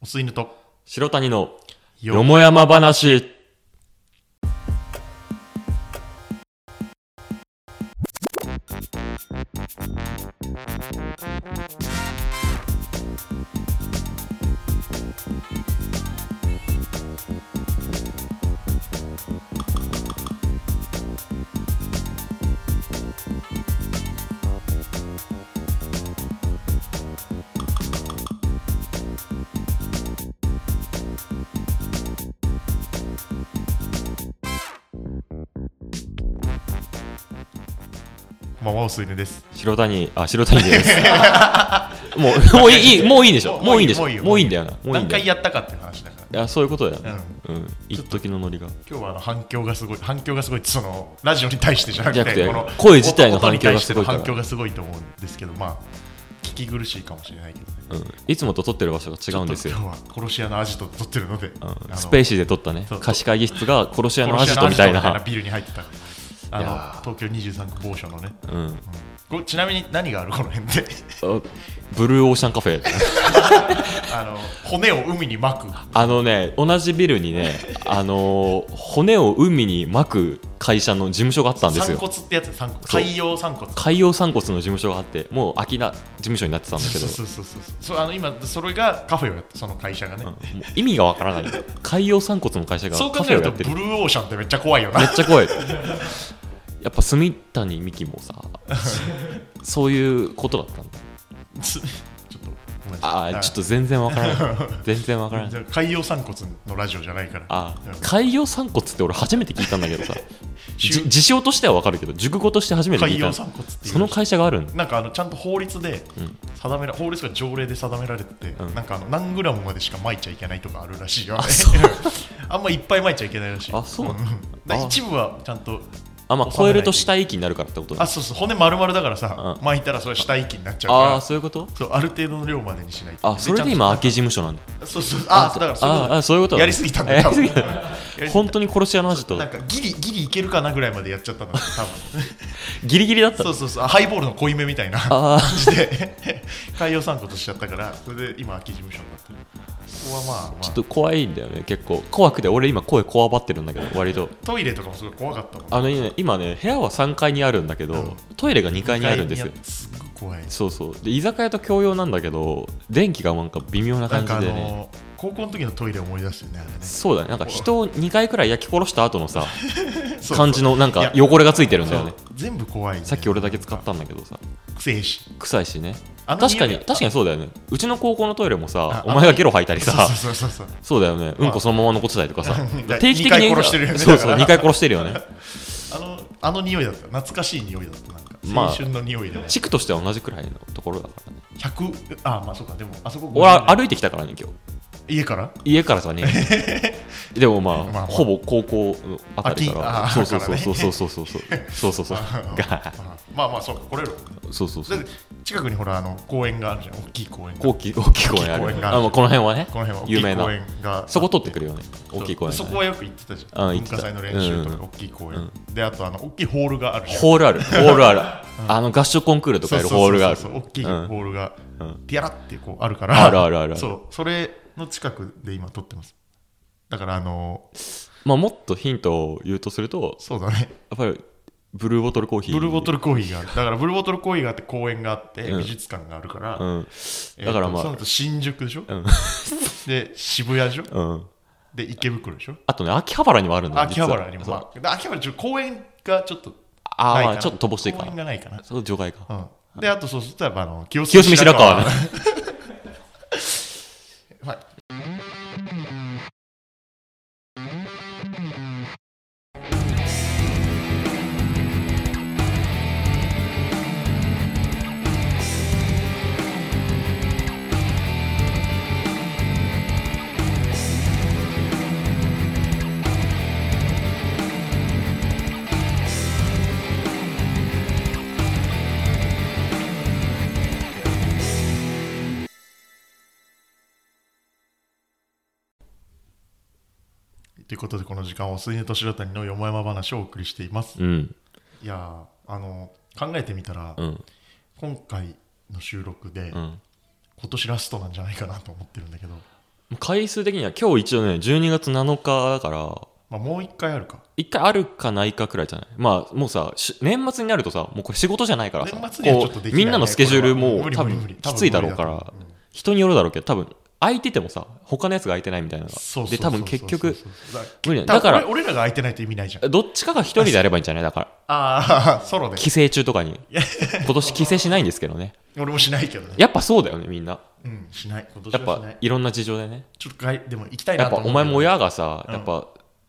お吸い犬と白谷のよよもやま話。こんばんはお吸い犬です白谷、あ、白 谷です。もう、もういい、もういいでしょ。もういいでしょ。もういいんだよな。もういいん何だよ。回やったかっていう話だかいや、そういうことだよら、うね。ん、うん。一時のノリが。今日はあの反響がすごい反響がすごいってそのラジオに対してじゃなくてじゃなくてこの声自体の反響が音すごいからに対しての反響がすごいと思うんですけどまあ聞き苦しいかもしれないけどねうん。いつもと撮ってる場所が違うんですちよょ。っと今日は殺し屋のアジト撮ってるので、うんあのスペーシーで撮ったねそう。貸し会議室が殺し屋のアジ殺しト屋みたいアジトな。ビルに入ってたあいやの東京23区某所のね、うん。こちなみに何があるこの辺で あブルーオーシャンカフェ。あの骨を海に巻くあのね、同じビルに ね、あのー骨を海に巻く会社の事務所があったんです散よ。骨ってやつ散骨そう海洋散骨海洋散骨の事務所があって、もう空きな事務所になってたんだけど、そうそうそうそうそうあの今それがカフェをやってその会社がね、もう意味がわからない。海洋散骨の会社がそうカ考フえェるをやとってブる。めルーオーシャンってめっちゃ怖いよなっちゃ怖い。やっぱ住谷美樹もさ、そういうことだったんだ。ちょっとごめんなあさいあ、ちょっと全然わからない。全然わからない。はい海洋散骨のラジオじゃないからあうん海洋散骨って俺初めて聞いたんだけ どさしじ事象としては分かるけど熟語として初めて聞海いた洋散骨っていうその会社があるんだなんかあのちゃんと法律で定めら、法律が条例で定められてて、うんなんかあの何グラムまでしか撒いちゃいけないとかあるらしいよ、ね、そ あんまいっぱい撒いちゃいけないらしいあそうんだからあ一部はちゃんとあまあ収めない超えると死体遺棄になるからってことあねそうそう骨丸々だからさ、う撒いたらそれ下息になっちゃうああーかそういうことらそうある程度の量までにしないとあそれで今空き事務所なんだちゃんとそうそうあだからそういうことああそういうことだやりすぎたんだ や多りす分ぎたやりすぎた本当に殺し屋の味となんかギリギリいけるかなぐらいまでやっちゃ ったんだ多分ギリギリだったそうそうそうあハイボールの濃いめみ たいなあ感じで海洋散骨しちゃったからそれで今空き事務所になってるここはまあ、まあ、ちょっと怖いんだよね結構怖くて俺今声こわばってるんだけど割とトイレとかもすごい怖かったもんあのね今ね部屋は3階にあるんだけどトイレが2階にあるんですよ意外にやすっごい怖いそうそうで居酒屋と共用なんだけど電気がなんか微妙ななん感じかあでねの高校の時のトイレ思い出すよねあれねそうだねなんか人を2回くらい焼き殺した後のさそう感じのなんいかや汚れがついてるんだそようね全部怖い、ね、さっき俺だけ使ったんだけどさくせえし臭いしねあの確かに匂い確かにそうだよねうちの高校のトイレもさあお前がゲロ吐いたりさそうそうそうそうそうだよねうんこそのまま残ってたりと かさだ定期的二回に殺してるよねそうそうだから2回殺してるよねあのあの匂いだった懐かしい匂いだったなんかまあ青春の匂いで、ね地区としては同じくらいのところだからね100あまあそうかでもあそこ俺は50歩いてきたからね今日家から家からじゃね えでもまあ、まあまあほぼ高校のあたりかあらきそあうそうそうそうそうそうそう そうそうそうあまあまあそうかこれろそうそうそうそだっうて近くにほらあの公園があるじゃん大きい公園が大きい大きい公園あ大きい公園るがあるあもうこの辺はねこの辺は大き有名いな公園がそこ取ってくるよね大きい公園、ね、そこはよく行ってたじゃうん文ん行ってた化祭の練習とかうん大きい公園であとあの大きいホールがあるじゃんホールあるホールあるあの合唱コンクールとかそうやそるうそうホールがあるそうそう大きいホうんールがうんピャラってこうあるからあるあるあるあるそうそれの近くで今撮ってますだからあのまあ、もっとヒントを言うとするとそうだねやっぱりブルーボトルコーヒーブルーボトルコーヒーがあるだからブルーボトルコーヒーがあって公園があってうん美術館があるからうんえーとだからまあその後新宿でしょ、うんで渋谷でしょうんで池袋でしょあとね秋葉原にもあるんだよ秋葉原に実も、はそうまあ、で秋葉原ちょっと公園がちょっとあないーかまなあちょっと乏しいか公園がなないかな、そう除外かうん、であとそうするとやっぱあの清清澄白河ねはいということでこの時間を水根と白谷のよもやま話をお送りしています、うんいやーあの考えてみたら、うん今回の収録で、うん今年ラストなんじゃないかなと思ってるんだけど回数的には今日一応ね12月7日だからまあ、もう一回あるか一回あるかないかくらいじゃないまあもうさし年末になるとさもうこれ仕事じゃないからさ年末にはちょっとこできないうねみんなのスケジュールもこうれ多は無理無理無分理きついだろうか多分無理らだと思ううん人によるだろうけど多分空いててもさ他のやつが空いてないみたいなのがそうそうそうでそう多分結局そうそうそう無理なんだだだかからら俺俺らが空いてないと意味ないじゃんどっちかが一人でやればいいんじゃないだからああソロで帰省中とか に今年帰省しないんですけどね俺もしないけどねやっぱそうだよねみんなうんしない今年やっはしぱないいろんな事情でねちょっと外でも行きたい やなっとぱ思うけおど前も親がさうんやっぱ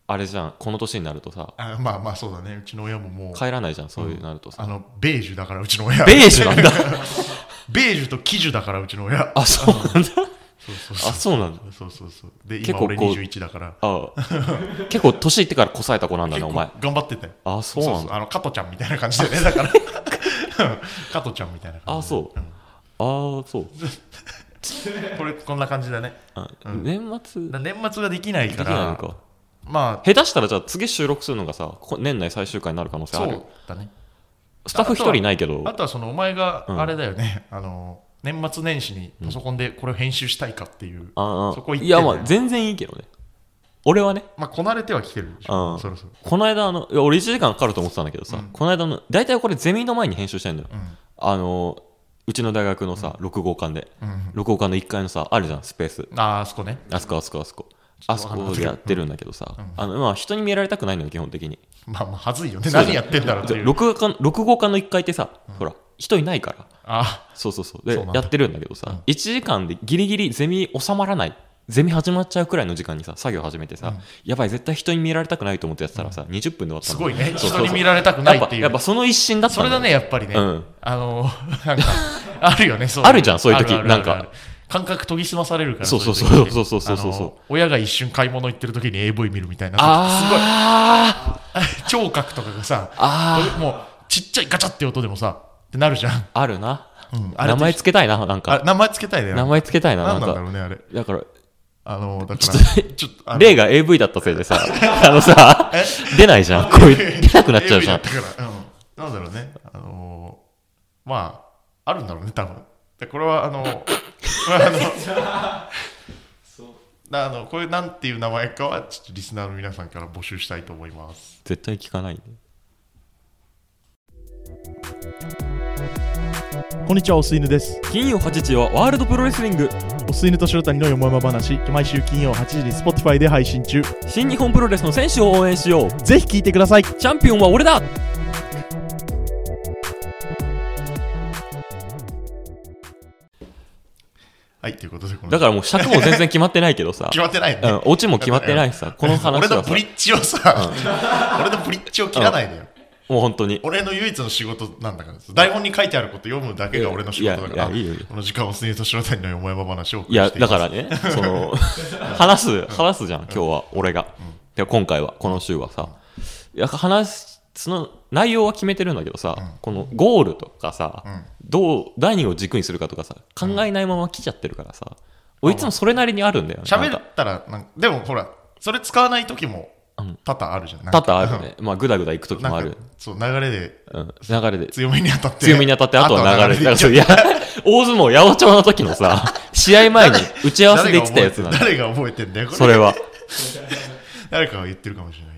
あれじゃんこの年になるとさあまあまあそうだねうちの親ももう帰らないじゃんそういうなるとあさのベージュだからうちの親 ベージュなんだ ベージュと喜寿だからうちの親あそうな んだそうそうあそうそうなんだそうそうそうで結今構俺こう21だから ああ結構年いってからこさえた子なんだね結お構前頑張ってたよあそうなんだあの加トちゃんみたいな感じでねだから 加トちゃんみたいな感じであそうんああそうこれこんな感じだねあうん年末だ年末ができないできかないのらかまあ下手したらじゃあ次収録するのがさこ年内最終回になる可能性あそるうだねスタッフ一人いないけどあとはそのお前がうんあれだよね、あの年末年始にパソコンでこれを編集したいかっていう、ああそこ行っていやまあ全然いいけどね俺はねまあこなれてはきてるでしょ、うんそろそろ、この間あのいや俺1時間かかると思ってたんだけどさ、うんこの間の大体これゼミの前に編集してんだようあのうちの大学のさ6号館でんうん、 6号館の1階のさあるじゃんスペースああそこねあそこあそこあそこちょあっとそわかんなかこったけでどやってるんだけどさ、うんあのまあ人に見られたくないのよ基本的にまあまあはずいよねそうだね何やってんだろうっていう6号館六号館の1階ってさ、ほら人いないからあそうそうそうでそうなんだやってるんだけどさ、うん1時間でギリギリゼミ収まらないゼミ始まっちゃうくらいの時間にさ作業始めてさ、うんやばい絶対人に見られたくないと思ってやってたらさ、20分で終わったすのごいねそうそうそう人に見られたくないやっってぱいうやっぱその一心だったそれだねやっぱりね、うんあの なんかあるよねそうあるじゃんそういう時あるあるあるなんか感覚研ぎ澄まされるからそうそうそうい時ってそうそうそうそうそうあの親が一瞬買い物行ってる時に AV 見るみたいなあーすごい聴覚とかがさあもうちっちゃいガチャって音でもさってなるじゃん、ーあるなうん、あれ名前つけたいななんあか名前つけたいね名前つけたいな何なんなんだかろうねあれだからあのだからちょっとちょっとあの例が AV だったせい でさあのさえ出ないじゃんこう いう出なくなっちゃうじゃん AV だったから、うん、なんだろうねあのーまああるんだろうね多分でこれはあ の まああのだあのこれなんていう名前かはちょっとリスナーの皆さんから募集したいと思います絶対聞かないねこんにちは、おすいぬです。金曜8時はワールドプロレスリングおすいぬと白谷のよもやま話、毎週金曜8時に Spotify で配信中。新日本プロレスの選手を応援しようぜひ聞いてください。チャンピオンは俺だはいということでこのだからもう尺も全然決まってないけどさ決まってないね、うん、オチも決まってないしさこの話俺のはさブリッジをさ、 俺のブリッジを切らないでよ、もう本当に俺の唯一の仕事なんだから台本に書いてあること読むだけが俺の仕事だからいやいやいいよいいよこの時間を杉と白谷のよもやま話をお送いりやしていまだすからねその 話す話すじゃん今日は俺が、いや今回はこの週はさいや話すその内容は決めてるんだけどさ、このゴールとかさ、んどう何を軸にするかとかさ考えないまま来ちゃってるからさ、俺いつもそれなりにあるんだよね喋なんっかたらなんかでもほらそれ使わない時もうん多々あるじゃんない多々あるね、まあグダグダ行く時なんもかある、そう流れでうん、流れで強めに当たって強みに当たって、あとは流れて、だからあとそうはいや、大相撲八百長の時のさ、 試合前に打ち合わせで言ってたやつなんだよ、誰が覚えてんだよこそれれは。誰かが言ってるかもしれない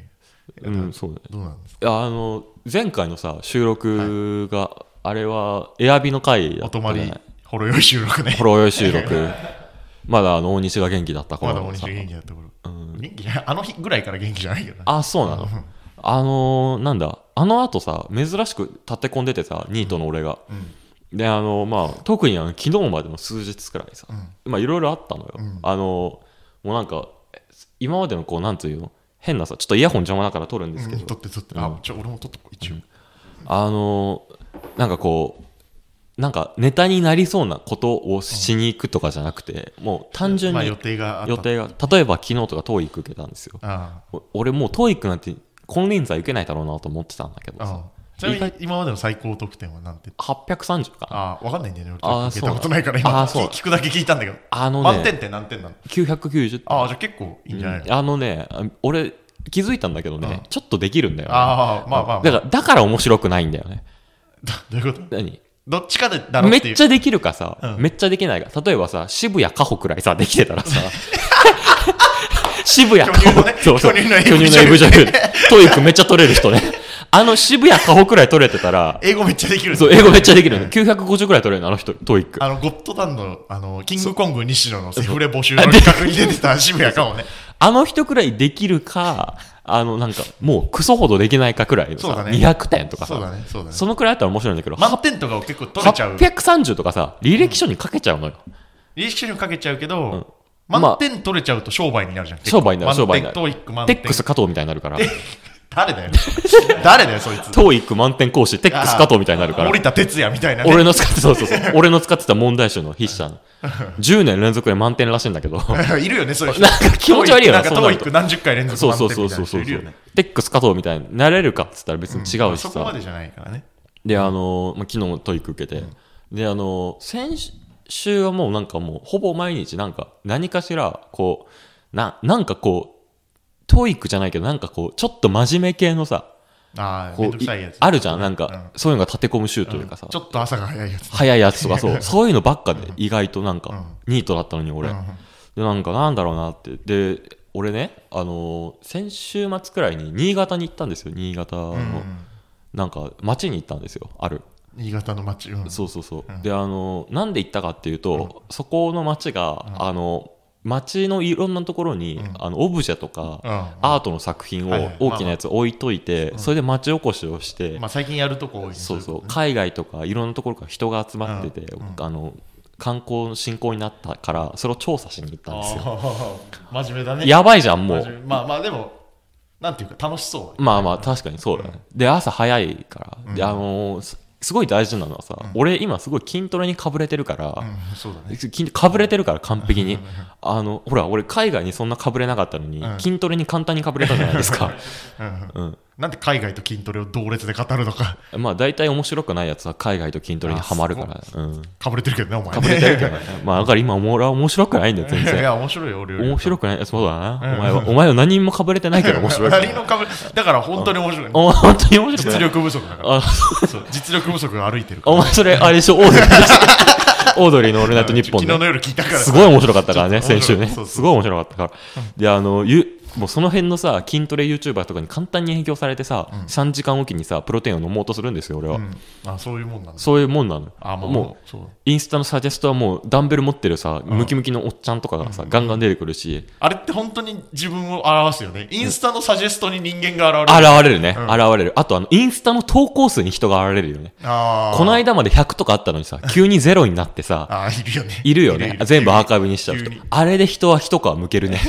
うん、そうだね。どうなんですかいやあの、前回のさ、収録が、あれは、エアビの回だおった泊じゃなまいりほろ酔い収録ねほろ酔い収録。 まだ、あの、大西が元気だったま頃だの大さ西が元気だった頃元気じゃないあの日ぐらいから元気じゃないけどなあ、そうなの。あのーなんだ、あの後さ、珍しく立て込んでてさ、ニートの俺が。で、あのまあ、特にあの昨日までの数日くらいさ、まあ、いろいろあったのよ。んあのーもうなんか、今までのこう、なんていうの、変なさ、ちょっとイヤホン邪魔だから撮るんですけうどん、撮って撮ってあちょ俺も撮っとこう一応あのーなんかこう、なんかネタになりそうなことをしに行くとかじゃなくて、もう単純まあに予定があった予定が、例えば昨日とか TOEIC 受けたんですよ。あお俺もう TOEIC なんて金輪際受けないだろうなと思ってたんだけどああさあ、ちなみ意に外今までの最高得点はなんて830かなああわかんないんだよねあ俺あ聞いたことないから今ああそう聞くだけ聞いたんだけどあの満点ねって何点なの990ああじゃあ結構いいんじゃないの、うんあのねあ俺気づいたんだけどね、ちょっとできるんだよねああまあまあ、まあ、だからだから面白くないんだよねどどういうこと何どっちかでだろうめっっていうちゃできるかさ、うんめっちゃできないか例えばさ渋谷かほくらいさできてたらさ 渋谷か巨乳ほのねそうそう巨乳の巨乳のエエブブジジョョルトイックめっちゃ取れる人ねあの渋谷かほくらい取れてたら英語めっちゃできるんだそう英語めっちゃできるの950くらい取れるのあの人トイック あの、ゴッドタンの、あの、キングコング西野のセフレ募集の企画に出てた渋谷かも ね。あの人くらいできるかあのなんかもうクソほどできないかくらいのさ、そうだね200点とかさそうだね、そうだね。そのくらいあったら面白いんだけど、満点とかを結構取れちゃう。 830とかさ履歴書にかけちゃうのよ、履歴書にもかけちゃうけど、まあ満点取れちゃうと商売になるじゃん。商売になる商売になるトイック満テ点。ックス加藤みたいになるから誰だよ。誰だよ、そいつ。トーイック満点講師、テックス加藤みたいになるから森。田哲也みたいなね。 俺の使って、そうそうそう。俺の使ってた問題集の筆者の。10年連続で満点らしいん だけど。 いるよね、そういう人。なんか気持ち悪いよななんかそうなトイるッとク何十回連続そう満そ点うそうみたいそな人うそう。いるよね。テックス加藤みたいになれるかっつったら別に違うしそこさま。でじゃないからね。で、あの、まあ、昨日もトイック受けて。で、あの、先週はもうなんかもう、ほぼ毎日なんか、何かしら、こう、な、なんかこう、トイックじゃないけど、なんかこう、ちょっと真面目系のさ、ああ、めこんどうくさいやつ。あるじゃん、なんか、そういうのが立て込む週というかさ。ちょっと朝が早いやつ。早いやつとか そう、そういうのばっかで、意外となんか、ニートだったのに俺。うでん、なんかなんだろうなって。で、俺ね、あのー先週末くらいに新潟に行ったんですよ、新潟の。うんなんか、町に行ったんですよ、ある。新潟の街。うんそうそうそうう。んで、あのーなんで行ったかっていうと、そこの町が、あの町のいろんなところに、うんあのオブジェとか、うんアートの作品はいをはい大きなやつ置いといて、それで町おこしをして、まあ、最近やるとこ多いねそうそうい海外とかいろんなところから人が集まってて、うんうんあの観光の振興になったからそれを調査しに行ったんですよあー真面目だね やばいじゃんも真う面目まあまあでもなんていうか楽しそうまあまあ確かにそうだね、で朝早いから、であのーすすごい大事なのはさ、俺今すごい筋トレにかぶれてるから、うんそうだね筋かぶれてるから完璧にあのほら俺海外にそんなかぶれなかったのに、うん筋トレに簡単にかぶれたじゃないです かうんうんなんで海外と筋トレを同列で語るのか まあ大体面白くないやつは海外と筋トレにはまるからうんかぶれてるけどねお前かぶれてるけどねまあだから今俺は面白くないんだよ 全い然や面白いよ俺より面白くないそうだな。お前は、お前は何もかぶれてないけど面白い。何のかぶれだから本当に面白いお前本当に面白実い。力不足だからあ、そう実力不足が歩いてるからお前それ、あれでしょ、オードリー。オードリーのオール ナイトニッポン昨日のね。夜聞いたからすごい面白かったからね、ちょっ先と面白い週ね。そうそうすごい面白かったから。で、あの、ゆ、もうその辺のさ、筋トレ YouTuber とかに簡単に影響されてさ、3時間おきにさ、プロテインを飲もうとするんですよ、俺はう。んあそういうもんなんだそういうもんなの。あまあもう、そうインスタのサジェストはもう、ダンベル持ってるさ、ムキムキのおっちゃんとかがさ、ガンガン出てくるし、あれって本当に自分を表すよねインスタのサジェストに人間が現れる現れるね。うん現れる。あと、あの、インスタの投稿数に人が現れるよね。あーこの間まで100とかあったの にさ、急にゼロになってさ、あーいるよねいるよね。全部アーカイブにしちゃう急人に。あれで人は一皮むけ るね。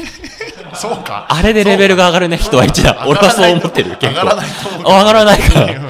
そうかあれでレベルが上がるね、人は一だ。俺はそう思ってる、上結が構ら。ないと思う上がらないからうん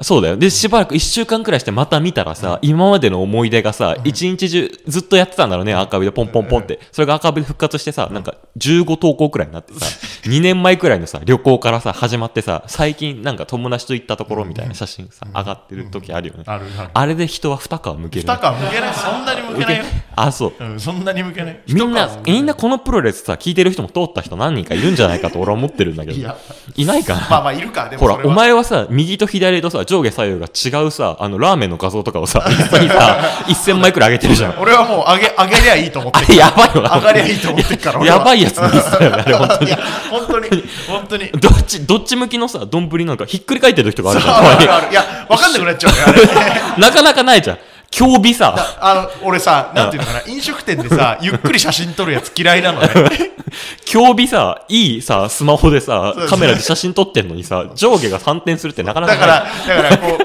そうだよ。で、しばらく1週間くらいしてまた見たらさ、今までの思い出がさ、一日中ずっとやってたんだろうね、アーカイブでポンポンポンって。それがアーカイブで復活してさ、なんか15投稿くらいになって さ、2年前くらいのさ、旅行からさ、始まってさ、最近なんか友達と行ったところみたいな写真さ、上がってる時あるよね。あるあるあれで人は二皮むけるね。二か向けないそんなに向けないよ、あ、そうう。ん、そんなに向けないみん一皮なむ、けいみんなこのプロレスさ、聞いてる人も通った人何人かいるんじゃないかと俺は思ってるんだけど。いやいないかな、まあまあいるかでもほらそ、れおは前はさ、右と左とさ、上下左右が違うさ、あの、ラーメンの画像とかをさ、一緒 にさ、1000枚くらい上げてるじゃん。俺はもう上げ上げりゃいいと思ってあ れ、やばいよな。上がりゃいいと思ってるから俺はやばいやつのミスだよね、あれ、本当いにや。本当に本当にどっち、どっち向きのさ、丼なんかひっくり返ってる人があるじゃんあたるまあるいや分かんなくなっちゃうからあれ に。なかなかないじゃん。競美さ、あの俺さなんていうのかな飲食店でさゆっくり写真撮るやつ嫌いなのね競美さ、いいさ、スマホでさそう、カメラで写真撮ってんのにさ、上下が反転するってなかなかだなかいらだからこ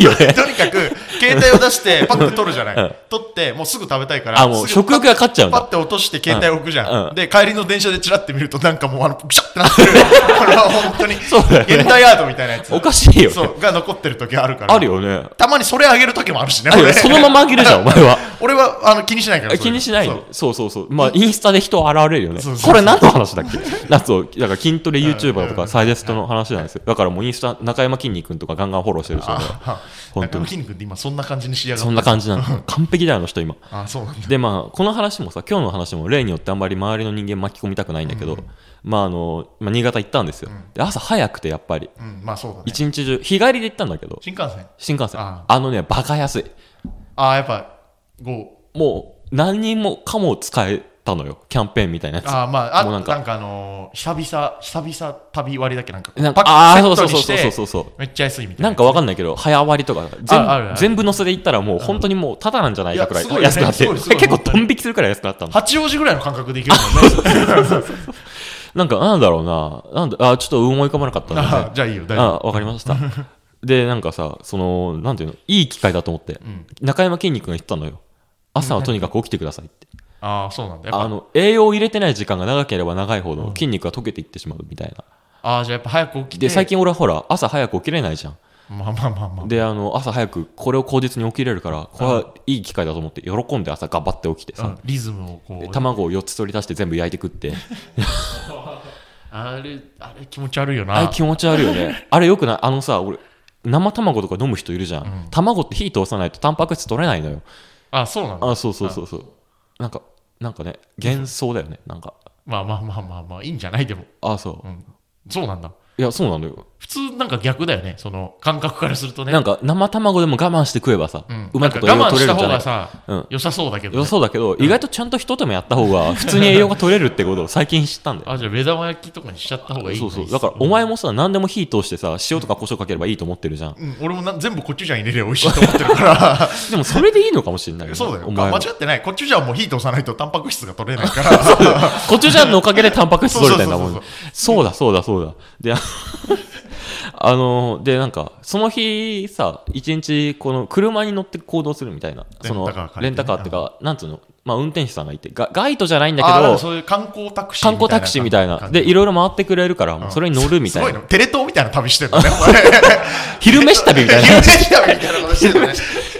うよね。とにかく携帯を出してパッて撮るじゃない、うん撮ってもうすぐ食べたいからあ、もうすぐ食欲が勝っちゃうんパだッ。て落として携帯置くじゃん、うんで帰りの電車でチラッて見るとなんかもうあのピシャってな ってるこれは本当にそうだよね現代アートみたいなやつ おかしいよね。そうが残ってる時あるからあるよね。たまにそれあげる時もあるしねあるよれそのまま上げるじゃ ん、お前は。 俺はあの気にしないから。え気にしないそうで。そうそうそう。まあ、インスタで人現れるよねそうそう。そうこれ何の話だっ け夏を、だから筋トレ YouTuber とうかんサイジェストの話なんですよ。だからもうインスタ、中山きんに君とかガンガンフォローしてる人でああ、本中当野に筋肉って今そんな感じに仕上がそんな感じなの。完璧だよ、あの人今。あそうなんだ。でまあこの話もさ今日の話も例によってあんまり周りの人間巻き込みたくないんだけど、まああの、まあ、新潟行ったんですよ、うんで朝早くてやっぱりうん、まあそうだね。一日中日帰りで行ったんだけど新幹線。新幹線ああのねバカ安いああ、やっぱ、5。もう何人もかも使えたのよキャンペーンみたいなやつああ、まあ、あもうななんんか、かなんかあのー、久々、久々旅割だっけなんか、なんかパああッークセそッうトそうにしそうてそうそうそうめっちゃ安いみたいな。なんかわかんないけど早割とかああるあ全る全部乗せで行ったらもう本当にもうタダなんじゃないかくらいいやすごいよね安くなってすごいすごい結構ドン引きするくらい安くなったの八王子ぐらいの感覚でいける もんね。なんかなんだろうななんだあちょっと思い浮かばなかったんだよねああ じゃあいいよ、大丈夫。あわか りましたでなんかさそのなんていうのいい機会だと思って、うん中山きんに君が言ったのよ朝はとにかく起きてくださいって、ああ、そうなんだ。やっぱあの栄養を入れてない時間が長ければ長いほど筋肉が溶けていってしまうみたいな、ああ、じゃあやっぱ早く起きて。で最近俺はほら朝早く起きれないじゃんまあまあまあまあ。であの朝早くこれを口実に起きれるからこれはいい機会だと思って喜んで朝頑張って起きてうさ、んリズムをこでう。卵を4つ取り出して全部焼いて食ってあれ、あれ気持ち悪いよあれな。気持ち悪いよね。あれよくないあのさ、俺、生卵とか飲む人いるじゃん。卵って火通さないとタンパク質取れないのよ。あそうなんだ。あ、そうそうそうそう。なんか、なんかね、幻想だよね。なんか、まあまあまあまあまあ、いいんじゃないでも。あ、そう。うん。そうなんだ。いや、そうなのよ。普通なんか逆だよね。その感覚からするとね。なんか、生卵でも我慢して食えばさ、ううんまいこと栄なん養か我慢取したれるん方じゃながいさ、うん良さそうだけど、よね。そうだけど、意外とちゃんと一手間やった方 が、普通に栄養が取れるってことを最近知ったんだよ。あ、じゃあ目玉焼きとかにしちゃった方がいいそのうかそう。だから、お前もさ、何でも火通してさ、塩とか胡椒かければいいと思ってるじゃん。うん、俺もな全部コチュジャン入れれば美味しいと思ってるから、でも、それでいいのかもしれ ないなそうだよ。お前間も違ってない。コチュジャンも火通さないとタンパク質が取れないから、コチュジャンのおかげでタンパク質取れたんだもんそうね。そうだ、そうだ、そうだ。で、あのあの、で、なんか、その日さ、一日、この車に乗って行動するみたいな、そのレンタカー借りてねレンタカーってか、なんつうの、まあ、運転手さんがいて、がガイドじゃないんだあーなんかけど、そういう観光タクシー観光タクシーみたいな。で、いろいろ回ってくれるから、それに乗るみすたいごな。いの。テレ東みたいな旅してるのね。 お前昼飯旅みたい 昼な。飯旅みたいなことしてるのね。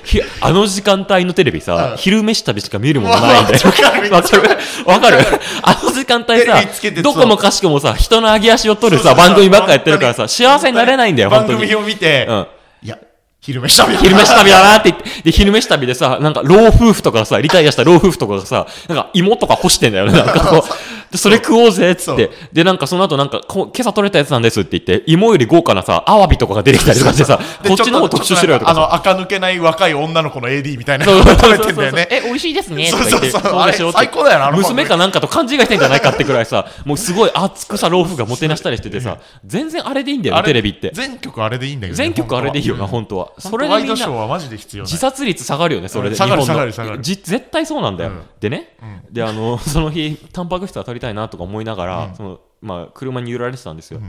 ひあの時間帯のテレビさ、昼飯旅しか見るものないんだよ。 わかるわかるわかるあの時間帯テさレビつけて、どこもかしこもさ、人の上げ足を取るそうさ、そうそう番組ばっかやってるからさ、幸せになれないんだよ、本 番当に。組うを見て、ん。いや、昼飯旅だな昼飯旅だなって言って、で、昼飯旅でさ、なんか老夫婦とかさ、リタイアした老夫婦とかがさ、なんか芋とか干してんだよね、なんかこう。で、それ食おうぜ、っつって。で、なんかその後なんか、こう今朝取れたやつなんですって言って、芋より豪華なさ、アワビとかが出てきたりとかしてさ、でこっちの方特集しろよとかちょさ。っとなんかあの、垢抜けない若い女の子の AD みたいなそのうをそう食そうべそてうんだよね。え、美味しいですね。そうそうとか言っそてうでしょあれ最高だよなあの番組娘かなんかと勘違いしてんじゃないかってくらいさ、もうすごい熱くさ、老夫がもてなしたりしててさ、全然あれでいいんだよあね、れテレビって。全曲あれでいいんだよね。全曲あれでいいよな、本本当は。当は。それ本当でワイみんドショーな、はマジで必要な自い。殺率下がるよね、そうれんで。下がる日本下のがる下がるじ絶対そうなんだようん。でね、で、あの、その日、タンパク質は取りたいなとか思いながら、その、まあ、車に揺られてたんですよ。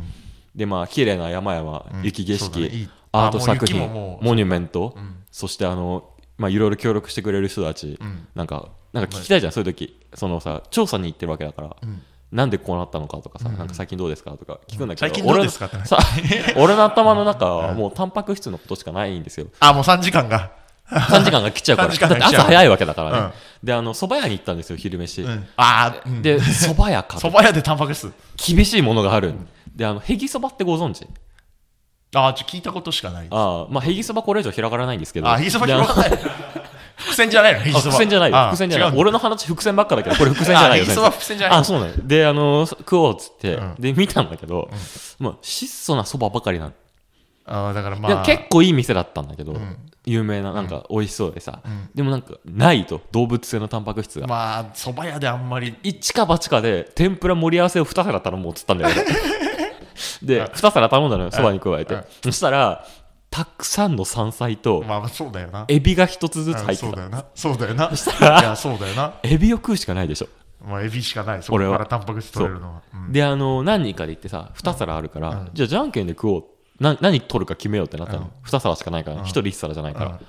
で、まあ、綺麗な山々う、ん雪景そうだねい色い、アートあもう作雪品、ももうモニュメントん、そして、あの、まあ、いろいろ協力してくれる人たち、うんなんか、なんか聞きたいじゃん、そういう時そのさ、調査に行ってるわけだから、んなんでこうなったのかとかさ、なんか最近どうですかとか聞くんだけど、最近どうですかって俺なのさ俺の頭の中はもうタンパク質のことしかないんですよ。あ、もう3時間が。 3時間が来ちゃうから、 3時間だがっ来てちゃう朝早いわけだからね。で、あの、蕎麦屋に行ったんですよ、昼飯。うんああ、で、で、蕎麦屋か蕎。麦屋でタンパク質。厳しいものがある。で、あの、へぎそばってご存知ああ、ちょ聞いたことしかない。ああ、まあ、へぎそばこれ以上広がらないんですけど。あ、ひぎそばであ広のがんない。伏線じゃないの、ひぎあそば。伏線じゃないよあ伏線じゃな違い。うの俺の話、伏線ばっかだけど、これ伏線じゃないあへよね。ぎそば伏線じゃないあ、そうなの。で、あの、食おうっつって、うんで、見たんだけど、まあ、質素なそばばかりなの。あーだからでまもあ、結構いい店だったんだけど、ん有名な、なんか、美味しそうでさ、んでもなんか、ないと、動物性のタンパク質が。まあ、蕎麦屋であんまり。一か八かで天ぷら盛り合わせを2皿頼もうっつったんだよ 俺でうん2皿頼んだのよそばに加えうてんそしたらたくさんの山菜とまあ、そうだよな。エビが1つずつ入ってそうだたよな。そうだよな。したらいや、そうだよな。エビを食うしかないでしょまあ、エビしかない。そこ俺かはらタンパク質取れるのは。うんであの何人かで行ってさ2皿あるから、うんじゃあじゃんけんで食おうな何取るか決めようってなったの、うん2皿しかないから、うん1人1皿じゃないから、うん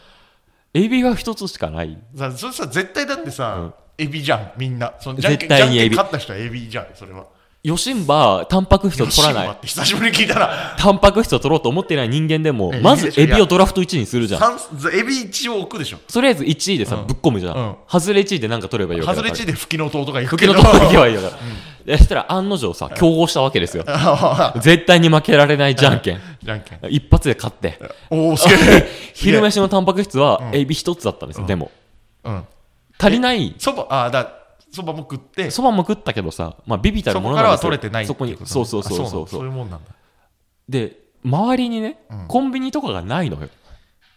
エビが1つしかないさそれさ絶対だってさ、エビじゃんみんなそのじゃんけん絶対にエビじゃんけん勝った人はエビじゃんそれはヨシンバ、タンパク質を取らなヨシンバい。って久しぶりに聞いたら、タンパク質を取ろうと思ってない人間でもええ、まずエいいでしょビをドラフト1位にするじゃん。三エビ一応置くでしょ。とりあえず1位でさ、うんぶっ込むじゃん,、うん外れ1位でなんか取ればいいわけハだかズら。レ地で吹きの塔とか行くけ茎ど。のところだけはいいわけだから。そしたら案の定さ、競合したわけですよ。絶対に負けられないじゃんけん。じゃんけん。一発で勝って。おお、すげえ。昼飯のタンパク質はうんエビ一つだったんですよ、でも。 うん。足りない。そば、ああ、だ、そばも食って、そそばも食ったけどさ、まあ、ビビたるこものかならはんですよ取れてないってそことこね。に、そうそうそうあなそうんだそそうういうもんなんだ。で、周りにね、うんコンビニとかがないのよ。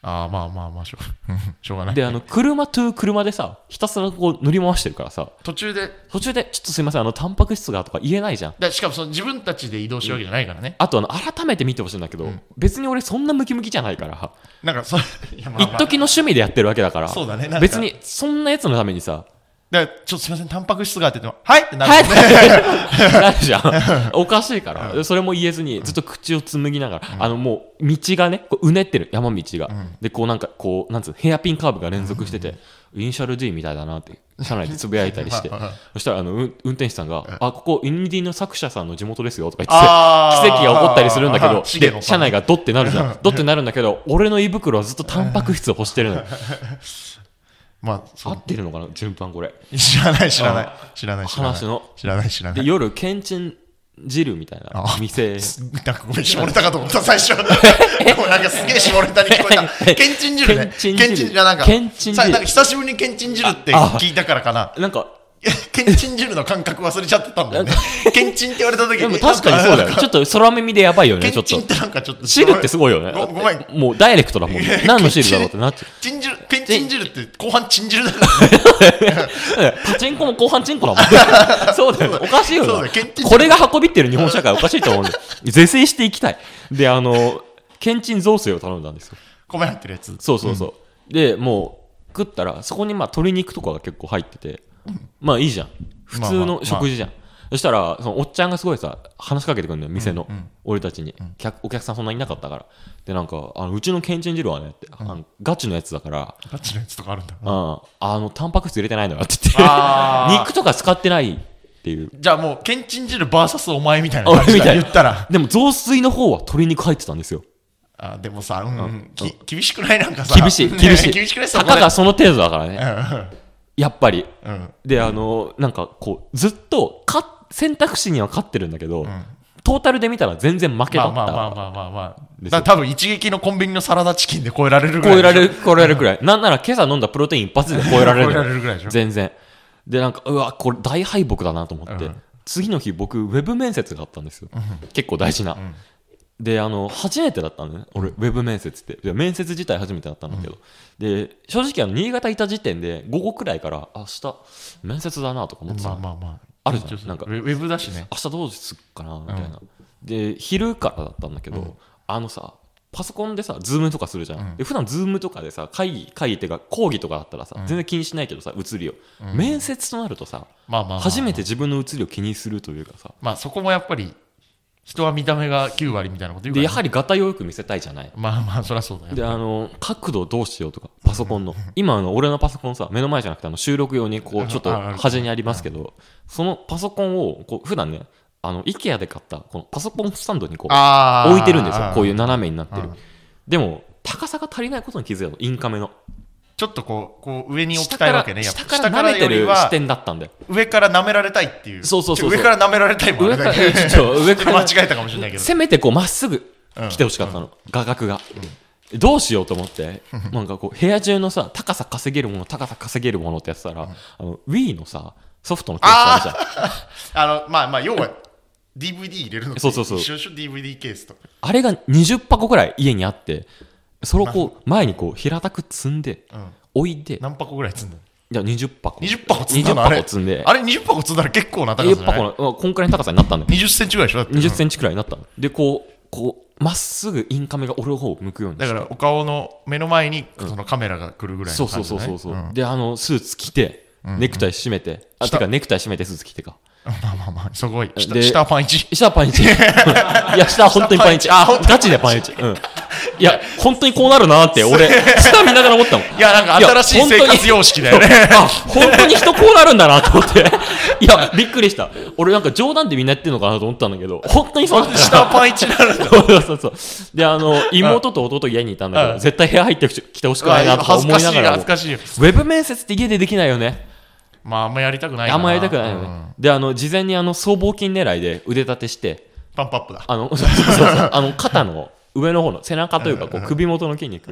ああ、まあまあまあ、しょ うしょうがない。で、あの、車トゥー車でさ、ひたすらこう塗り回してるからさ、途中で、途中で、ちょっとすいません、あの、タンパク質がとか言えないじゃん。だしかもその自分たちで移動してるわけじゃないからね。あとあの、改めて見てほしいんだけど、うん別に俺そんなムキムキじゃないから、なんか、そいやまあ一まあ時の趣味でやってるわけだから、そうだねなんか別にそんなやつのためにさ、だからちょっとすみません、タンパク質があって言っても、はいってなはるいもんね。 なるじゃん。 おかしいから、それも言えずに、ずっと口を紡ぎながら、あの、もう、道がね、こううねってる、山道が。んで、こうなんか、こう、なんつうのヘアピンカーブが連続してて、イニシャル D みたいだなって、車内でつぶやいたりし てまあまあ、そしたら、あの、うん運転手さんが、あ、ここ、インディの作者さんの地元ですよ、とか言って て、あ奇ー跡が起こったりするんだけあどー、重野さで、ん車内がドってなるじゃん。ドってなるんだけど、俺の胃袋はずっとタンパク質を欲してるのよ。まあ、そ合う ってるのかな順番これ。知らない、知らない。知らない、知らない。話の知らない、知らなで、い。夜、けんちん汁みたいなあ店。なんかごめん、絞れたかと思った、最 初。でもなんかすげえ絞れたに聞こえた。けんちん汁ね。けけんちん汁んちん汁、なんか、けんちん汁さなんか久しぶりにけんちん汁ってああ聞いたからかな。 なんか、けんちん汁の感覚忘れちゃってたんだよね。けんちんって言われた時でも確かにそうだよ。ちょっと空耳でやばいよね、けちょんっちんっと。てなんかちょっと。汁ってす ごいよね。ごごめん。もうダイレクトだもん。何の汁だろうってなっちゃちん汁、けんちん汁って後半ちん汁だからね。う。パチンコも後半チンコだも ん。そうだよね。おかしいよそうだねよけんちん。汁これが運びってる日本社会おかしいと思うんで。是正していきたい。で、あの、けんちん雑炊を頼んだんですよ。米入ってるやつ。そうそうそう。で、もう、食ったら、そこにまあ鶏肉とかが結構入ってて、まあいいじゃん。普通まあまのあ食事じゃん。そしたら、そのおっちゃんがすごいさ、話しかけてくるんだよ、店の、うんうん俺たちに、客。お客さんそんなにいなかったから。で、なんか、あのうちのけんちん汁はねって、あのガチのやつだから、ガチのやつとかあるんだ。うん、あの、タンパク質入れてないのよって言って、あー 肉とか使ってないっていう。じゃあもう、けんちん汁 VS お前みたいな 感じだ俺みたいな言ったら。でも、雑炊の方は鶏肉入ってたんですよ。あでもさ、うんうんき厳しくないなんかさ。厳しい、ね厳しい。厳しくないたかがその程度だからね。やっぱり。うんうん。で、あの、なんかこう、ずっとか、選択肢には勝ってるんだけど、んトータルで見たら全然負けまだあった。まあまあまあまあまあ。でだすよから多分一撃のコンビニのサラダチキンで超えられるぐ超らいでしょ。えられる、超えられるくらい。なんなら今朝飲んだプロテイン一発で超えられる。 超えられるぐらいでしょ全然。で、なんか、うわ、これ大敗北だなと思って、うん次の日僕、ウェブ面接があったんですよ。結構大事な。で、あの、初めてだったのね。俺、ウェブ面接って。で面接自体初めてだったんだけど。で、正直、あの、新潟いた時点で、午後くらいから、あ明日、面接だなとか思ってたまのあまあまあ。あるじゃん緊張すなんかウェウェブだしね。明日どうすっかなみたいな、で昼からだったんだけど、あのさパソコンでさズームとかするじゃん、うんで普段ズームとかでさ会議会議っていうか講義とかだったらさ、全然気にしないけどさ映りを、面接となるとさ、まあまあまあ。初めて。自分の映りを気にするというかさまあそこもやっぱり、人は見た目が9割みたいなこと言うからでやね。はりガタイをよく見せたいじゃないまあまあ、そりゃそうだよ。であの角度どうしようとかパソコンの今の俺のパソコンさ目の前じゃなくてあの収録用にこうあちょっとあある端にありますけどそのパソコンをこう普段ねあの IKEA で買ったこのパソコンスタンドにこうあー置いてるんですよ。こういう斜めになってるうん。でも、高さが足りないことに気づいたの。インカメの。ちょっとこう、こう上に置き下かたいらわけ、ね。やっぱ下から舐めて下からよりるは視点だったんだよ。上から舐められたいっていう。そうそうそうちょ上から舐められたいもん上ね。から、ちちょ上かょらっと、間違えたかもしれないけど。せめてこう、まっすぐうん来てほしかったの。画角が。どうしようと思って、なんかこう、部屋中のさ、高さ稼げるもの、高さ稼げるものってやってたら、あの、Wii のさ、ソフトのケースあるじゃん。あの、まあまあ、要は DVD 入れるのとそうそうそう一緒でしょ DVD ケースと。あれが20箱ぐらい家にあって、それをこう、前にこう、平たく積んで、うん。置いて、何箱ぐらい積んだのじゃあ20箱。 20箱積んだの20あれ箱積んで、あれ20箱積んだら結構な高さ一じゃ箱ないの、うんこんくらいの高さになったんだよ。 20センチぐらいでしょだって20センチくらいになったの。で、こう、こう、まっすぐインカメが俺の方を向くようにだからお顔の目の前にそのカメラが来るぐらいそのう感そうじ、そね、うそうそう、んで、あの、スーツ着て、ネクタイ締めて、あ、てかネクタイ締めてスーツ着てか。まあまあまあ、すごい。下で下パン1。 下はパンイチ。いや、下は本当にパンイチ。下はパンイチあ本当にガチでパンイチ。うん。いや、本当にこうなるなって、俺、下見ながら思ったもん。いや、なんか新しい生活様式だよね。あ、本当に人こうなるんだなと思って。いや、びっくりした。俺なんか冗談でみんなやってるのかなと思ったんだけど、本当に そうなった下パン一になるんだ。そうそうそう。で、あの、妹と弟家にいたんだけうんど、絶対部屋入ってきてほしくないなとか恥ず思かいしないがな、ら恥もず。かしい。ウェブ面接って家でできないよね。まあ、あんまやりたくないな。あんまやりたくないよね。うんで、あの、事前にあの、僧帽筋狙いで腕立てして、パンプアップだ。あの、 そうそうそうあの、肩の上の方の背中というか、こう、首元の筋肉、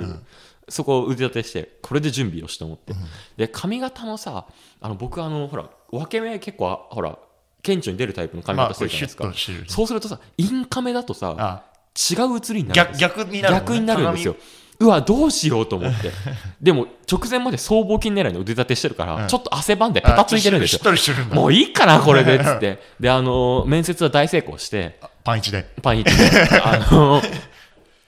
そこを腕立てして、これで準備をして思って。で、髪型のさ、あの、僕あの、ほら、分け目結構、あほら、顕著に出るタイプの髪まあ、型しこてれるじゃないヒュでッとしてすか。る。そうするとさ、インカメだとさ、あ違う写りになるんで逆すよ逆になる、逆になるんですよ。うわ、どうしようと 思って。でも、直前まで僧帽筋狙いの腕立てしてるから、うんちょっと汗ばんで鏡。パタついてるんですよあ。しっとりしてるんだ。もういいかな、これで、っ つって。で、あのー面接は大成功して、パン一で。パンイ チで。あのー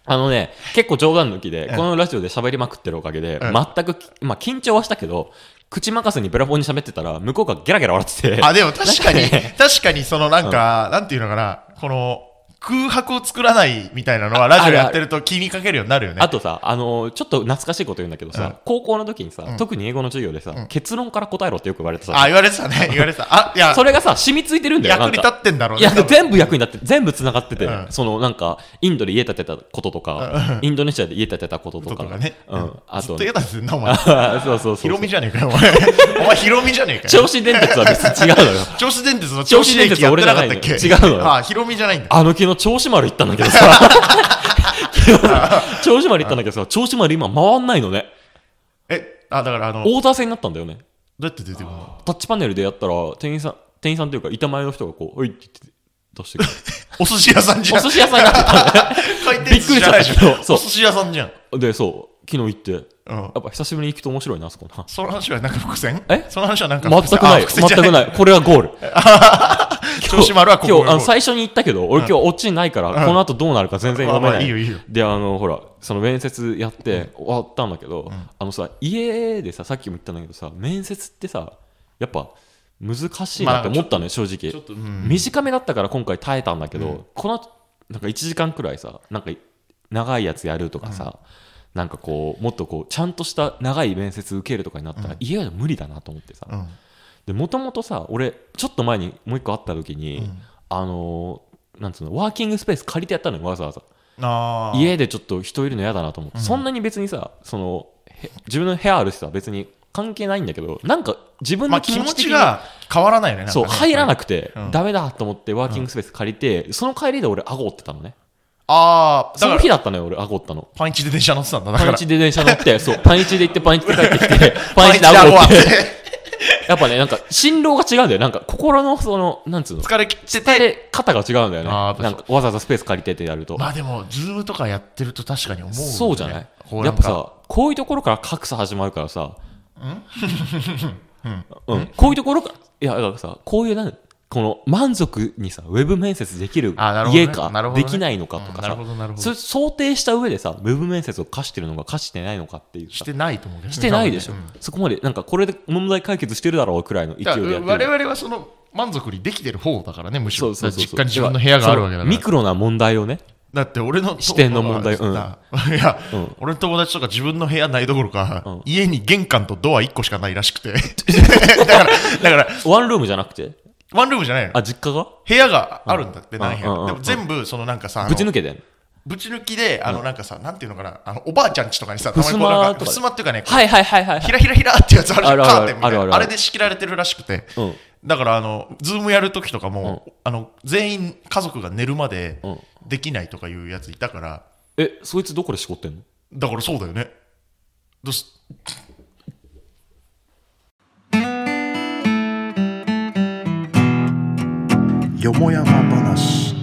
あのね、結構冗談抜きで、このラジオで喋りまくってるおかげで、うん全くき、まあ緊張はしたけど、口任せにベラボンに喋ってたら、向こうがゲラゲラ笑ってて、あ、でも確かに、確かにそのなんか、なんていうのかな、この空白を作らないみたいなのは、ラジオやってると気にかけるようになるよねあ。とさ、あのーちょっと懐かしいこと言うんだけどさ、うん高校の時にさ、特に英語の授業でさ、結論から答えろってよく言われてあ、さ、言われてた ね。言われてた。あ、いや、それがさ、染みついてるんだよ、役なんにか立ってんだろういね。や、多分全部役に立って、全部繋がってて、うんそのなんか、インドで家建てたこととか、インドネシアで家建てたことととか、かね。うん、あずっと、と嫌だっすんな、お前。 そうそうヒそロう。ミじゃねえかよ、お前。お前、ヒ ロミじゃねえかよ。銚子電鉄は別に違うの よ。銚子電鉄の銚子駅やってなかったっけ銚子電鉄俺じゃないのよ違うのよあ、ヒロミじゃないんだ。あの、昨日、銚子丸行ったんだけ どさ、昨日さ銚子丸行ったんだけどさ、銚子丸今回んないのね。え、あ、だから、あの、どうオーダー制になったんだよね。やって出てくるのタッチパネルでやったら、店員さん、店員さんというか、板前の人がこう、おいって言って出 してくる。お寿司屋さんじゃおん。寿司屋さんになってたのね回転寿司じゃないじびっくりしゃたん。そうお寿司屋さんじゃん。で、そう、昨日行って、うん。やっぱ久しぶりに行くと面白いな、あそこな。その話はなんか伏線えその話はなんか全くない。全くい。ない。 これはゴール。調子丸はここ今日あの最初に言ったけど、俺今日オチないから、この後どうなるか全然まあ読めまあないい。いよいいよ。で、あの、ほら、その面接やって終わったんだけど、あのさ、家でさ、さっきも言ったんだけどさ、面接ってさ、やっぱ難しいなって思ったのよ、正ちょ直っ。と、うん。短めだったから今回耐えたんだけど、この後、なんか1時間くらいさ、なんか長いやつやるとかさ、なんかこう、もっとこう、ちゃんとした長い面接受けるとかになったら、家は無理だなと思ってさ、うんでもともとさ俺ちょっと前にもう一個会った時に、うんあのーなんつうのワーキングスペース借りてやったのよわざわざあー家でちょっと人いるの嫌だなと思って、そんなに別にさそのへ自分の部屋ある人は別に関係ないんだけどなんか自分まのあ気気持持ち的ちに、が変わらないよね。そう入らい。なくて、うんダメだと思ってワーキングスペース借りて、その帰りで俺顎折ってたのねああ、だかそのら日だったのよ俺顎折ったのパンイチで電車乗ってたんだ。だかパンらイチで電車乗って、そう、パンイチで行って、パンイチで帰ってきて、パ パンンイイチチでで顎折顎っ、割ってて。 やっぱね、なんか、振動が違うんだよ。なんか、心の、その、なんつうの、疲れ切って絶対て。で肩が違うんだよね。あーやっぱそうなんかわざわざスペース借りてってやると。まあでも、ズームとかやってると確かに思うよね。そうじゃないこうやっぱ、さ、こういうところから格差始まるからさ。うん、こういうところから、いや、だからさ、こういうなん、この満足にさ、ウェブ面接できるあーなるほどね家か、なるほどねできないのかなんとかうんなかるさほ、ど、なるほそど。れ想定した上でさ、ウェブ面接を課してるのか課してないのかっていうしさ。てないと思うけどねしてないでしょ、多分ねそこまで、なんかこれで問題解決してるだろうくらいの勢いうんでやっだかてるら我々はその満足にできてる方だからね、むしそろ。うそうそうそ実う家に自分の部屋があるわけだからミ。クロな問題をね、だって俺の視点の問題うんだいや、うん俺の友達とか自分の部屋ないどころか、うん家に玄関とドア1個しかないらしく てだからだからワンルームじゃなくて、ワンルームじゃないのあ、実家が部屋があるんだってうん何部屋うんかでも全部そのなんかさあのぶち抜けてんのぶち抜きであのなんかさなんていうのかなあのおばあちゃんちとかにさたふますにまこうなんかとかふすまっていうかねはいはいはいはいはい。ひらひらひらってやつあるじゃんあるあるカーテンみたいあるあるあなるあれで仕切られてるらしくてうん。だからあのズームやるときとかも、あの全員家族が寝るまでうんできないとかいうやついたからえ、そいつどこでしこってんのだからそうだよねどうしよもやま話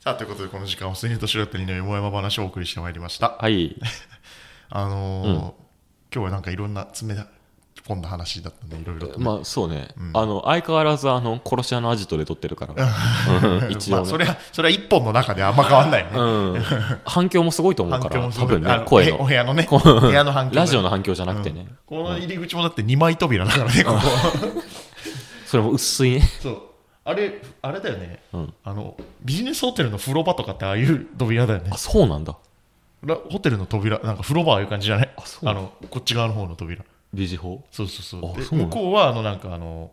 さあということでこの時間は「スイートシロットにのよもやま話」をお送りしてまいりましたはい。あのー今日はなんかいろんな爪だポンな話だったんで、いろいろとね。 まあそうね、あの相変わらずあの殺し屋のアジトで撮ってるから、うん 一ま応あ、ねそれは、それは一本の中であんま変わんないよね。うん、反響もすごいと思う反か響らもす多ごい分あねの声おの部屋のね、 部屋の反響。ラジオの反響じゃなくてね、この入り口もだって2枚扉だからね、ここ。それも薄いねそう。あれ、あれだよね、うんあの、ビジネスホテルの風呂場とかってああいう扉だよねあ。そうなんだらホテルの扉、なんか風呂場ああいう感じじゃないあそうの、こっち側の方の扉。ビジ法そうそうそう。あでそうな向のこうは、あの、なんかあの、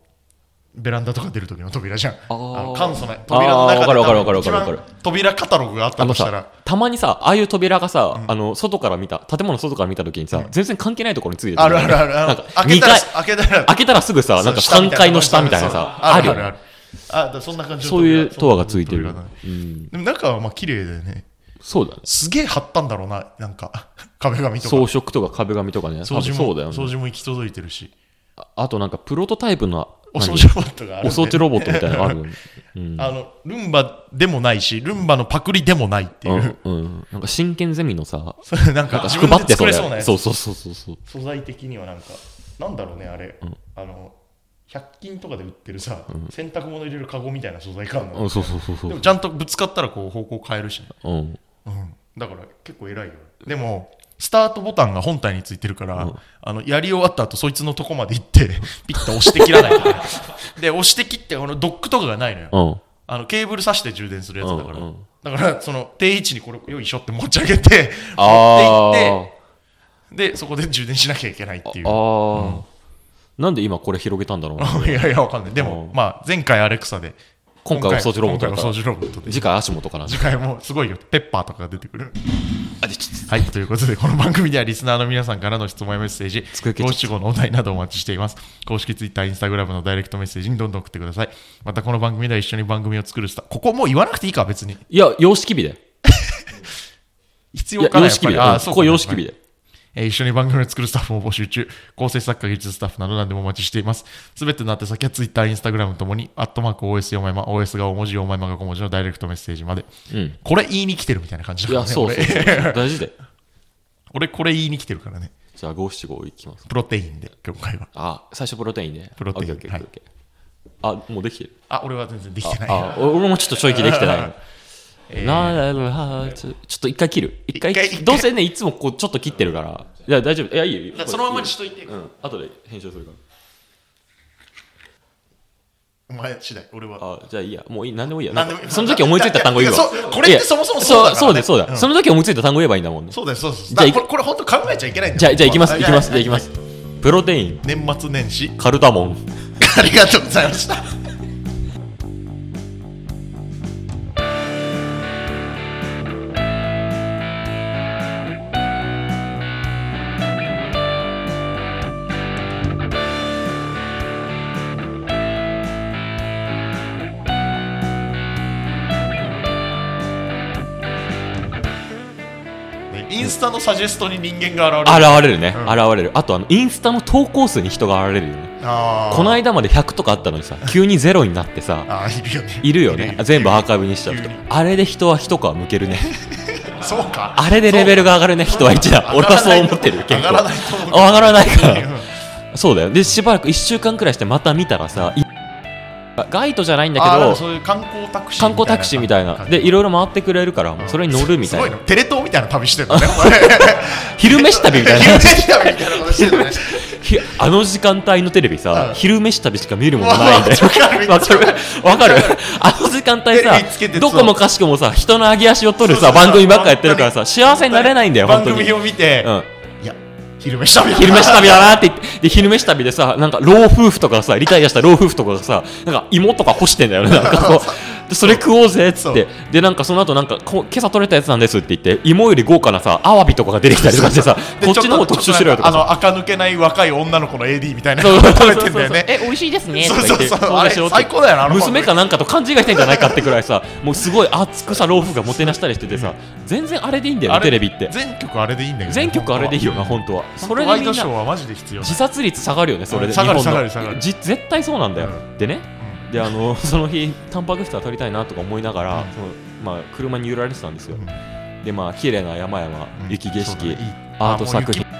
ベランダとか出る時の扉じゃん。あーの簡素な扉の中であーわかるわかるわかるわか多る分一番扉カタログがあったあとのしたらさ、たまにさああいう扉がさ、あの外から見た建物の外から見た時にさ、全然関係ないところについてるあるあるある。あなのんか開けたら、二階開けたら、開けたらすぐさなんか3階の下みたいなさそうああるるあよるねある。あ、だからそんな感じのそういうドアがついてそるういう扉だね。うん、でも中はまあ綺麗だよね。そうだねすげえ貼ったんだろうな、なんか、 壁紙とか。装飾とか壁紙とかね多掃分除そも、うだよ掃ね除も行き届いてるし。ああとなんかプロトタイプのお何掃除ロボットがあるんおで掃除ロボットみたいなのあ るよね、うんあの、ルンバでもないし、ルンバのパクリでもないっていう。うんうん、なんか真剣ゼミのさなんなんかか自配分っでてそ作れれそうなやつ。そうそうそうそうそう素材的にはなんか、なんだろうね、あれ。あの、100均とかで売ってるさ、洗濯物入れるカゴみたいな素材感の。うんそうそうそうそでもうちゃんとぶつかったらこう方向変えるしね。うんうん。だから結構偉いよ。でも、スタートボタンが本体についてるから、あの、やり終わった後、そいつのとこまで行って、 ピッと押して切らないとね で、押して切って、このドックとかがないのよ。うんあのケーブル挿して充電するやつだから、うんうんだからその定位置にこれよいしょって持ち上げて持っああて行ーってでそこで充電しなきゃいけないっていうああ、なんで今これ広げたんだろうな いやいやわかんないでも、うんまあ前回アレクサで今回お掃除ロボットだ今回からお掃除ロボットで次回足元かな次回もすごいよペッパーとかが出てくるあでちょっはい、ということで、この番組ではリスナーの皆さんからの質問やメッセージ、机消五えち七五のお題などお待ちしています。公式ツイッター、インスタグラムのダイレクトメッセージにどんどん送ってください。またこの番組では一緒に番組を作るスタここもう言わなくていいか、別に。といや様式日で必い要やかなや様っ式ぱ日りであうーんそうこかこ様式日でえー一緒に番組を作るスタッフも募集中、構成作家、技術スタッフなど何でもお待ちしています。すべての宛先は Twitter、Instagram ともに、アットマーク OS 4枚ま、OS が大文字、4枚まが5文字のダイレクトメッセージまで。うんこれ言いに来てるみたいな感じだかいらやね。そうそう俺 そう大事で俺これ言いに来てるからね。じゃあ五七五いきますプロテインで、今回は。あ最初プロテインでプロテインオッケーオッケーオッケーオッケーあもうできてるあ、俺は全然できてないな。あ俺もちょっと正直できてないの えーララララちょちょっと一回切る一回一回一回どうせねいつもこうちょっと切ってるからいや大丈夫いやいいよいいだよからそのままにしといて。うん後で編集するからお前次第、俺は。あじゃあいいや、もういい、なんでもいいや。なんでもいいなんかその時思いついた単語言うわ。いや そうこれっていやそもそもそうだからねそうそうだ、そううだ。んその時思いついた単語言えばいいんだもんね。そうだよ、そうです。じゃあだからこれ、これ本当考えちゃいけないんだよじゃあ、じゃあ行きます、あ行きます、じゃあ行きます。プロテイン、 年末年始、カルダモン。ありがとうございました。ねインスタのサジェストに人間が現れる。現れるね、うん現れる。あと、あの、インスタの投稿数に人が現れるよね。あーこの間まで100とかあったのにさ、急にゼロになってさ、あーいるよね。いるよね。全部アーカイブにしちゃう急とに。あれで人は一皮向けるね。そうか。あれでレベルが上がるね、人は一だ。俺はそう思ってる、結構。上がらないと思うけど。上がらないからうんそうだよ。で、しばらく1週間くらいしてまた見たらさ、いガイドじゃないんだけあーなんどか、そういう観光タクシー観光タクシーみたいな。で、いろいろ回ってくれるから、もうそれに乗るみたすいなご。いのテレ東みたいな旅してるのねお前昼飯 旅みたい有名 な。人みたいなことしてるねひあの時間帯のテレビうさん、昼飯旅しか見るものないんだよ。わわかかるるめっわかるあの時間帯テレビつけてさ、どこもかしこもさ、人の上げ足を取るそうそさ、うそう番組ばっかやってるからさ、幸せになれないんだよ、本 番当に組。を見てうんいや昼飯旅だな昼飯旅だなって言って、で、昼飯旅でさ、なんか老夫婦とかさ、リタイアした老夫婦とかがさ、なんか芋とか干してんだよね、なんかこう。で、それ食おうぜっつって、で、なんかその後なんか、こう今朝取れたやつなんですって言って、芋より豪華なさ、アワビとかが出てきたりとかしてさ、でこっちの方特集しろよとかあさ。の垢抜けない若い女の子の AD みたいなそうのそう食べそてうんだそうよねえ、美味しいですねとそうそか言っうて。そううあでれしょって最高だよなあの番組娘かなんかと勘違いしてんじゃないかってくらいさ、もうすごい熱くさ、老夫婦がもてなしたりしててさ、全然あれでいいんだよあね、れテレビって。全曲あれでいいんだけど全曲あれでいいよな、本当は。それでワみイんなドショーはマジで必要自殺率下がるよね、それうんで。下がる日本下のがる下がるじ絶対そうなんだよ。でね、であの その日、タンパク質は取りたいなとか思いながら、うんそのまあ、車に揺られてたんですよう。んで、まあ綺麗な山々、うん雪景そうだね色いい、アート作品あ